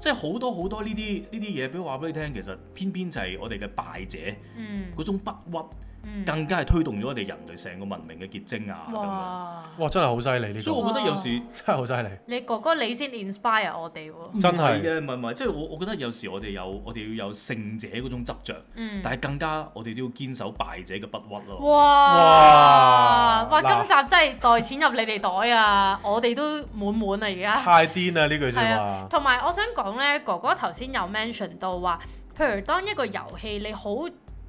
S4: 即係好多好多呢啲呢啲嘢，俾我話俾你聽，其實偏偏就係我哋嘅敗者
S2: 嗯
S4: 嗰種不屈，
S2: 嗯，
S4: 更加係推動咗我哋人類成個文明嘅結晶啊咁樣。
S2: 哇！
S1: 哇！真係好犀利呢
S4: 所以我
S1: 個，
S4: 覺得有時。
S1: 真係好犀利。
S2: 你哥哥你先 inspire 我哋喎，
S1: 真係
S4: 唔嘅，唔係唔係，即係我我覺得有時我哋有我哋要有勝者嗰種執着，
S2: 嗯。
S4: 但係更加我哋都要堅守敗者嘅不屈
S2: 哇！
S4: 咯。
S1: 哇
S2: 哇！
S1: 嗱
S2: 今集真係袋錢入你哋袋啊！我哋都滿滿啊，而家
S1: 太癲啦呢句
S2: 係
S1: 説
S2: 啊
S1: 話。。
S2: 同埋我想講呢，哥哥頭先有 mention 到話，譬如當一個遊戲你好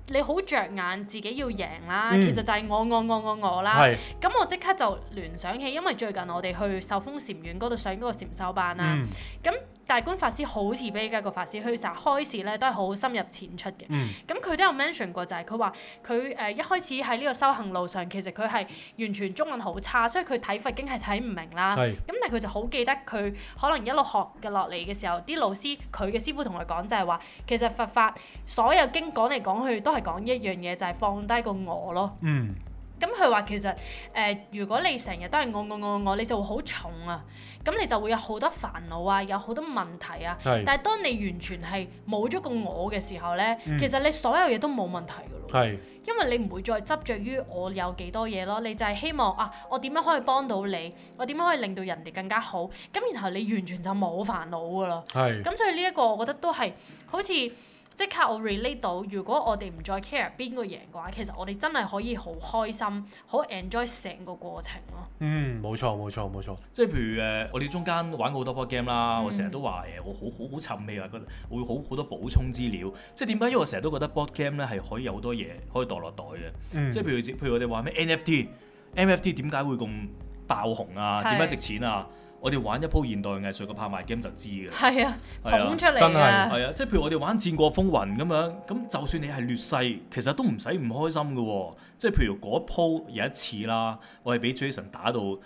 S2: 你好着眼自己要贏啦，
S1: 嗯
S2: 其實就係我啊我我我我啦。
S1: 係
S2: 咁我即刻就聯想起，因為最近我哋去壽豐禪院嗰度上嗰個禪修班啦。
S1: 嗯
S2: 咁大觀法師好慈悲嘅一個法師，佢成日開始咧都係好深入淺出嘅。
S1: 嗯
S2: 咁佢都有 mention 過，就係佢話佢誒一開始喺呢個修行路上，其實佢係完全中文好差，所以佢睇佛經係睇唔明啦。
S1: 係
S2: 咁但係佢就好記得佢可能一路學嘅落嚟嘅時候，啲老師佢嘅師傅同佢講就係話，其實佛法所有經講嚟講去都係講一樣嘢，就係、放低個我咯。
S1: 嗯
S2: 咁佢話其實誒、呃如果你成日都係我我我我，你就會好重啊，咁你就會有好多煩惱啊，有好多問題啊。
S1: 係
S2: 但係當你完全係冇咗個我嘅時候呢，
S1: 嗯
S2: 其實你所有嘢都冇問題㗎咯，
S1: 係
S2: 因為你唔會再執着於我有幾多嘢咯，你就係希望啊，我點樣可以幫到你，我點樣可以令到人哋更加好，咁然後你完全就冇煩惱㗎啦。
S1: 係
S2: 咁所以呢一個我覺得都係好似即刻我 relate 到，如果我哋唔再 care 邊個贏嘅話，其實我哋真係可以好開心，好 enjoy 成個過程咯。
S1: 嗯冇錯冇錯冇錯
S4: 即係譬如呃誒，我哋中間玩過好多 board game 啦，我成日都話誒，我好好好沉味啊，覺得會好好多補充資料。即係點解？因為我成日都覺得 board game 咧係可以有好多嘢可以袋落袋嘅。
S1: 嗯
S4: 即係譬如譬如我哋話咩 NFT、NFT 點解會咁爆紅啊？
S2: 係
S4: 點解值錢啊？我哋玩一鋪現代藝術嘅拍賣 game 就知嘅。
S2: 係啊，
S4: 係啊
S2: 捧出嚟
S1: 真
S2: 㗎
S1: 係。
S4: 係啊，即係譬如我哋玩《戰國風雲》咁樣，咁就算你係劣勢，其實都唔使唔開心嘅喎、即係譬如嗰鋪有一次啦，我係俾 Jason 打到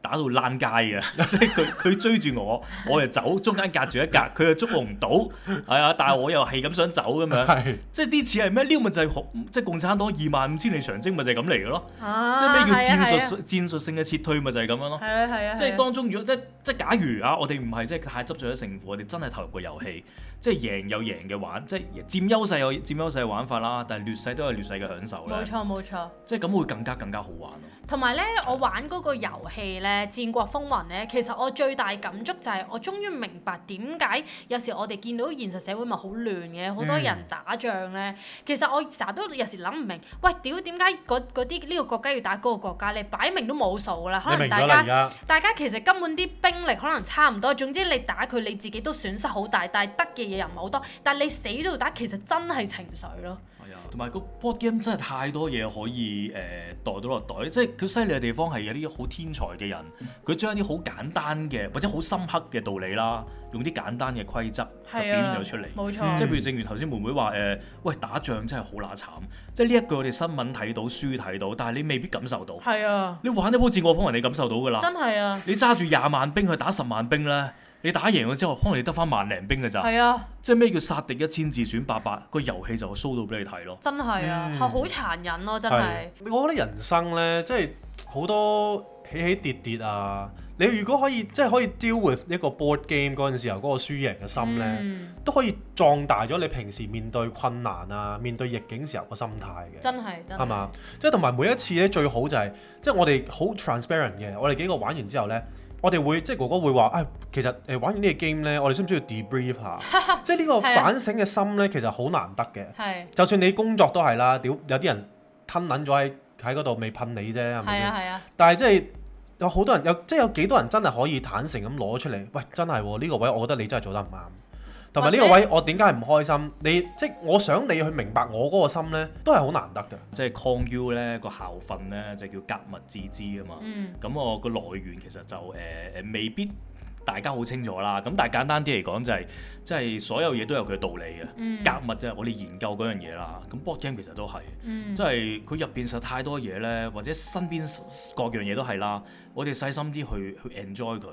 S4: 打到爛街嘅，即 係佢佢追住我，我就走，中間隔住 一格，佢又捉我唔到，係啊，但係我又係咁想走 咁樣。
S1: 係
S4: 即係呢次係咩？呢個咪就係學即係共產黨二萬五千里長征咪就係咁嚟嘅咯，
S2: 啊
S4: 即係咩叫
S2: 係啊
S4: 戰術
S2: 係啊
S4: 戰術性嘅撤退咪就係咁樣咯。
S2: 係啊係啊，
S4: 即係
S2: 多
S4: 當中，如果即即假如啊，我哋唔係即係太執着咗勝負，我哋真係投入個遊戲，即係贏有贏嘅玩，即係佔優勢有佔優勢嘅玩法啦，但係劣勢都有劣勢嘅享受
S2: 冇
S4: 咧。
S2: 錯冇錯。
S4: 即係咁會更加更加好玩咯。
S2: 同埋咧，我玩嗰個遊戲咧《戰國風雲》咧，其實我最大感觸就係我終於明白點解有時我哋見到現實社會咪好亂嘅，好多
S1: 嗯
S2: 人打仗咧。其實我成日都有時諗唔明，喂屌點解嗰嗰啲呢個國家要打嗰個國家咧？擺明都冇數㗎啦，可
S1: 你
S2: 能
S1: 明
S2: 大
S1: 咗啦
S2: 家
S1: 而。家
S2: 大家其實根本啲兵力可能差唔多，總之你打佢你自己都損失好大，但係得嘅嘢又唔係好多，但係你死都要打，其實真係情緒咯。
S4: 係啊，同埋個 board game 真係太多嘢可以誒、呃袋到落袋，即係佢犀利嘅地方係有啲好天才嘅人，佢將啲好簡單嘅或者好深刻嘅道理啦，用啲簡單嘅規則就
S2: 係
S4: 表現
S2: 啊
S4: 咗出嚟。，
S2: 冇錯。
S4: 即係譬如正如頭先妹妹話誒、呃喂打仗真係好乸慘，即係呢一句我哋新聞睇到、書睇到，但係你未必感受到。
S2: 係啊，
S4: 你玩一鋪《戰國風雲》，你感受到㗎啦。
S2: 真係啊，
S4: 你揸住廿萬兵去打十萬兵咧，你打贏咗之後，可能你得翻萬零兵㗎咋。
S2: 係啊。
S4: 即係咩叫殺敵一千自損八百？個遊戲就 show 到俾你睇咯。
S2: 真係啊，係好殘忍咯，真係。
S1: 係我覺得人生咧，即係好多起起跌跌啊！你如果可以即係可以 deal with 一個 board game 嗰陣時候嗰個輸贏嘅心咧，
S2: 嗯，
S1: 都可以壯大咗你平時面對困難啊、面對逆境時候個心態嘅。
S2: 真係真
S1: 係
S2: 係。
S1: 嘛？即係同埋每一次咧，最好就係、即係我哋好 transparent 嘅，我哋幾個玩完之後咧，我哋會即係哥哥會話，啊、其實誒、呃玩完呢個 game 咧，我哋需唔需要 debrief 下？即係呢個
S2: 係啊
S1: 反省嘅心咧，其實好難得嘅。
S2: 係
S1: 就算你工作都係啦，屌有啲人吞撚咗喺喺嗰度未噴你啫，係咪
S2: 係
S1: 先
S2: 啊？係啊，
S1: 但係即係有好多人有即係有幾多人真係可以坦誠咁攞出嚟，喂，真係喎呢個位，我覺得你真係做得唔啱。同埋呢個
S2: 或者
S1: 位，我點解唔開心？你即係我想你去明白我嗰個心呢，都係好難得嘅。
S4: 即係抗 U 咧個校訓咧就叫格物致知啊嘛。
S2: 嗯，
S4: 咁我個來源其實就誒誒、呃未必大家好清楚啦。咁但係簡單啲嚟講就係、即係所有嘢都有佢嘅道理嘅。
S2: 嗯
S4: 格物即係我哋研究嗰樣嘢啦。咁 board game 其實都係，
S2: 嗯，
S4: 即係佢入邊實太多嘢咧，或者身邊各樣嘢都係啦。我哋細心啲去去 enjoy 佢，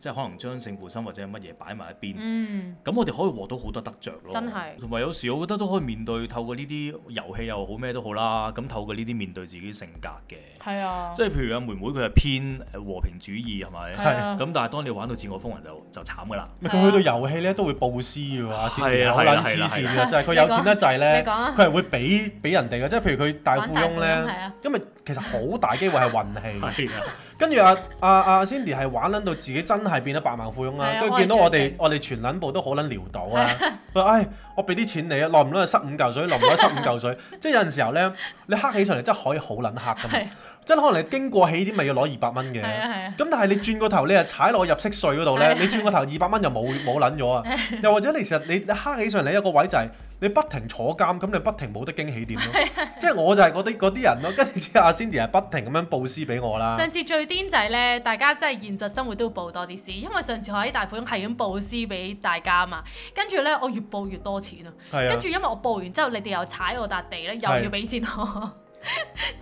S4: 即係可能將勝負心或者係乜嘢擺埋一邊。
S2: 嗯，
S4: 咁我哋可以獲到好多得着咯，
S2: 真係
S4: 同埋有時我覺得都可以面對透過呢啲遊戲又好咩都好啦，咁透過呢啲面對自己性格嘅。
S2: 係啊，
S4: 即係譬如阿妹妹佢係偏誒和平主義係咪？
S2: 係啊
S4: 咁但係當你玩到自我風雲就就慘 㗎啦。
S1: 咪
S2: 係啊
S1: 佢去到遊戲咧都會佈施嘅喎，先
S4: 係
S1: 至
S4: 啊
S1: 好
S4: 係啊
S1: 撚黐
S4: 係
S1: 線
S4: 啊
S2: 係啊
S1: 嘅，就係佢有錢得滯咧，
S2: 你講啊
S1: 佢係會俾俾人哋嘅，即係譬如佢大富翁
S2: 玩大富翁係啊
S1: 咧，因為其實好大機會係運 氣。
S4: 係啊，
S1: 跟住阿阿阿 Cindy 係玩撚到自己真係變咗百萬富翁
S2: 係啊
S1: 啦，跟住見到我
S2: 我係最
S1: 哋
S2: 勁
S1: 我哋全撚部都好撚潦倒 啊！佢話：唉，我俾啲錢你啊，耐唔耐就塞五嚿水，耐唔耐就塞五嚿 水。即係有陣時候咧，你黑起上嚟真係可以好撚黑噶
S2: 係
S1: 嘛，即係可能你經過起點咪要攞二百蚊嘅。
S2: 係啊係啊，
S1: 咁但係你轉個頭，你係踩落入息稅嗰度咧，
S2: 係
S1: 你轉個頭二百蚊就冇冇撚咗啊！又或者你其實你你黑起上嚟有個位就係、你不停坐監，咁你不停冇得驚喜點咯。即係我就係嗰啲嗰啲人咯，跟住之後阿 Cindy 係不停咁樣報私俾我啦。
S2: 上次最癲就係咧，大家真係現實生活都要報多啲私，因為上次我喺大款係咁報私俾大家嘛，跟住咧我越報越多錢啊，
S1: 係
S2: 跟
S1: 啊
S2: 住，因為我報完之後，你哋又踩我笪地咧，
S1: 係
S2: 又要俾錢我，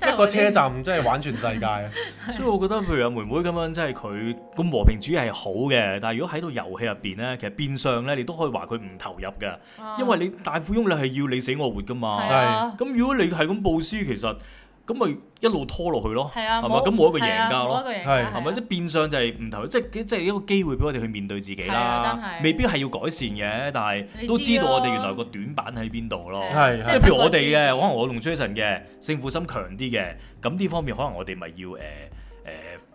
S2: 真係
S1: 一個
S2: 嗰啲
S1: 車站真係玩全世界 啊！
S4: 所以我覺得譬如阿妹妹咁樣，即係佢咁和平主義係好嘅，但係如果喺到遊戲入邊咧，其實變相咧，你都可以話佢唔投入嘅，因為你大富翁你係要你死我活噶
S2: 啊係
S4: 嘛。
S2: 啊。
S4: 咁如果你係咁報輸，其實咁咪一路拖落去咯，
S2: 係啊，
S4: 係嘛？咁冇一個贏家咯。
S1: 係
S4: 係咪？即係變相就係唔投入，即係即係一個機會俾我哋去面對自己
S2: 係啊真
S4: 啦
S2: 係。
S4: 未必係要改善嘅，但係
S2: 你
S4: 都
S2: 知
S4: 知道我哋
S2: 咯
S4: 原來個短板喺邊度咯。
S1: 係
S4: 即係譬如我哋嘅，可能我同 Jason 嘅勝負心強啲嘅，咁呢方面可能我哋咪要誒誒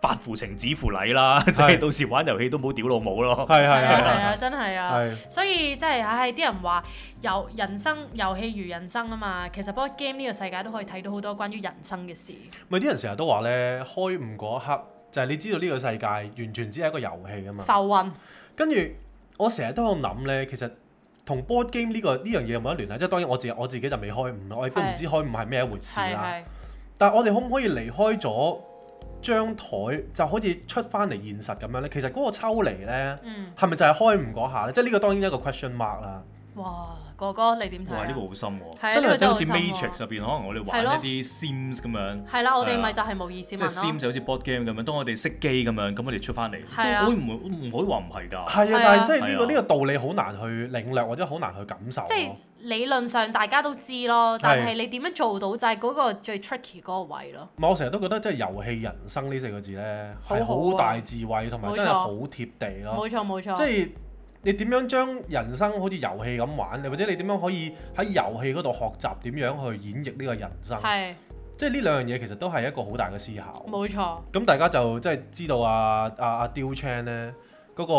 S4: 發乎情止乎禮啦， 即係到時玩遊戲都冇屌老母咯。
S1: 係
S2: 係
S1: 係係
S2: 啊，係啊，
S1: 係
S2: 真係啊。
S1: 係
S2: 所以即係唉，啲人話遊人生遊戲如人生啊嘛，其實 board game 呢個世界都可以睇到好多關於人生嘅事。
S1: 咪啲人成日都話咧，開悟嗰一刻就係你知道呢個世界完全只係一個遊戲啊嘛。
S2: 浮雲
S1: 跟住我成日都有諗咧，其實同 board game 呢、個呢樣嘢有冇得聯繫？即係當然我自我自己就未開悟啦，我亦都唔知開悟係咩一回事
S2: 係
S1: 啦。
S2: 係
S1: 但係我哋可唔可以離開咗張台，就好似出翻嚟現實咁樣咧？其實嗰個抽離咧，
S2: 嗯，
S1: 係咪就係開悟嗰下咧？即係呢個當然一個 question mark 啦。
S2: 哇，哥哥你點睇
S4: 哇！
S2: 啊？
S4: 呢個好深喎，
S2: 係啊
S4: 真
S2: 呢
S4: 係
S2: 個
S4: 即係
S2: 真係
S4: 好
S2: 好
S4: 似
S2: 深喎
S4: Matrix 入邊，可能我哋
S2: 係咯
S4: 玩一啲 Sims 咁樣，
S2: 係啦，我哋
S4: 係啊
S2: 咪就係無意
S4: 即
S2: 市民
S4: 係 Sims
S2: 咯。
S4: 就好似 board game 咁樣。當我哋熄機咁樣，咁我哋出翻嚟，
S2: 係啊
S4: 都可以唔唔可以話唔係㗎？
S1: 係啊，
S2: 係
S1: 但
S2: 啊
S1: 係即係呢個
S4: 係啊
S1: 呢個道理好難去領略，或者好難去感受
S2: 即係
S1: 咯。
S2: 理論上大家都知咯，但
S1: 係
S2: 係你點樣做到就係嗰個最 tricky 嗰個位咯。
S1: 唔係，我成日都覺得即係遊戲人生呢四個字咧，
S2: 好
S1: 係
S2: 好啊
S1: 好大智慧，同埋
S2: 冇
S1: 真係
S2: 錯
S1: 好貼地咯。
S2: 冇錯冇錯，
S1: 即係你點樣將人生好似遊戲咁玩，你或者你點樣可以喺遊戲嗰度學習點樣去演繹呢個人生？
S2: 係
S1: 即係呢兩樣嘢其實都係一個好大嘅思考。
S2: 冇錯。
S1: 咁大家就即係知道啊啊啊 Diu Chan 咧嗰、個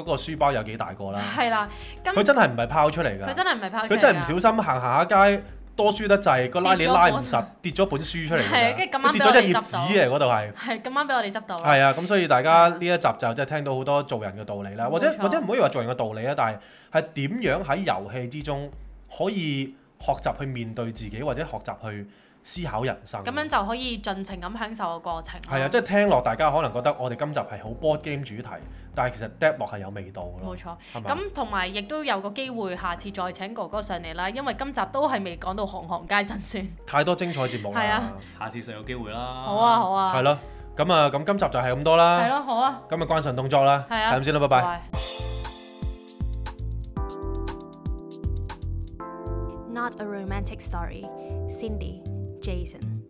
S1: 嗰、個書包有幾大個啦。
S2: 係啦，咁
S1: 佢真係唔係拋出嚟
S2: 佢
S1: 㗎，
S2: 真係唔係拋出嚟㗎
S1: 佢真係唔小心行行下街。多書得滯，個拉鏈
S2: 跌咗
S1: 拉
S2: 本
S1: 唔 實，跌咗本書出嚟㗎咋，
S2: 係跟住咁啱
S1: 跌咗
S2: 俾
S1: 一
S2: 我
S1: 頁
S2: 哋執到
S1: 紙嘅嗰度係。
S2: 係咁啱俾我哋執到啦。
S1: 係啊，咁所以大家呢一集就即係聽到好多做人嘅道理啦，或者
S2: 冇錯
S1: 或者唔可以話做人嘅道理啊，但係係點樣喺遊戲之中可以學習去面對自己，或者學習去思考人生。
S2: 咁樣就可以盡情咁享受個過程咯。
S1: 係啊，即係聽落大家可能覺得我哋今集係好 board game 主題，但係其實 d 落係有味道嘅
S2: 冇
S1: 咯，
S2: 錯。
S1: 係咪？
S2: 咁同埋亦都有個機會，下次再請哥哥上嚟啦，因為今集都係未講到行行皆辛酸。
S1: 太多精彩節目
S2: 係
S1: 啦
S2: 啊，
S4: 下次實有機會啦。
S2: 好啊，好啊，
S1: 係咯，咁啊，咁今集就係咁多
S2: 係
S1: 啦，
S2: 咯，好啊，
S1: 今日關上動作啦，
S2: 係啊
S1: 係咁先啦，拜拜。。
S3: Not a Romantic Story, Cindy, Jason.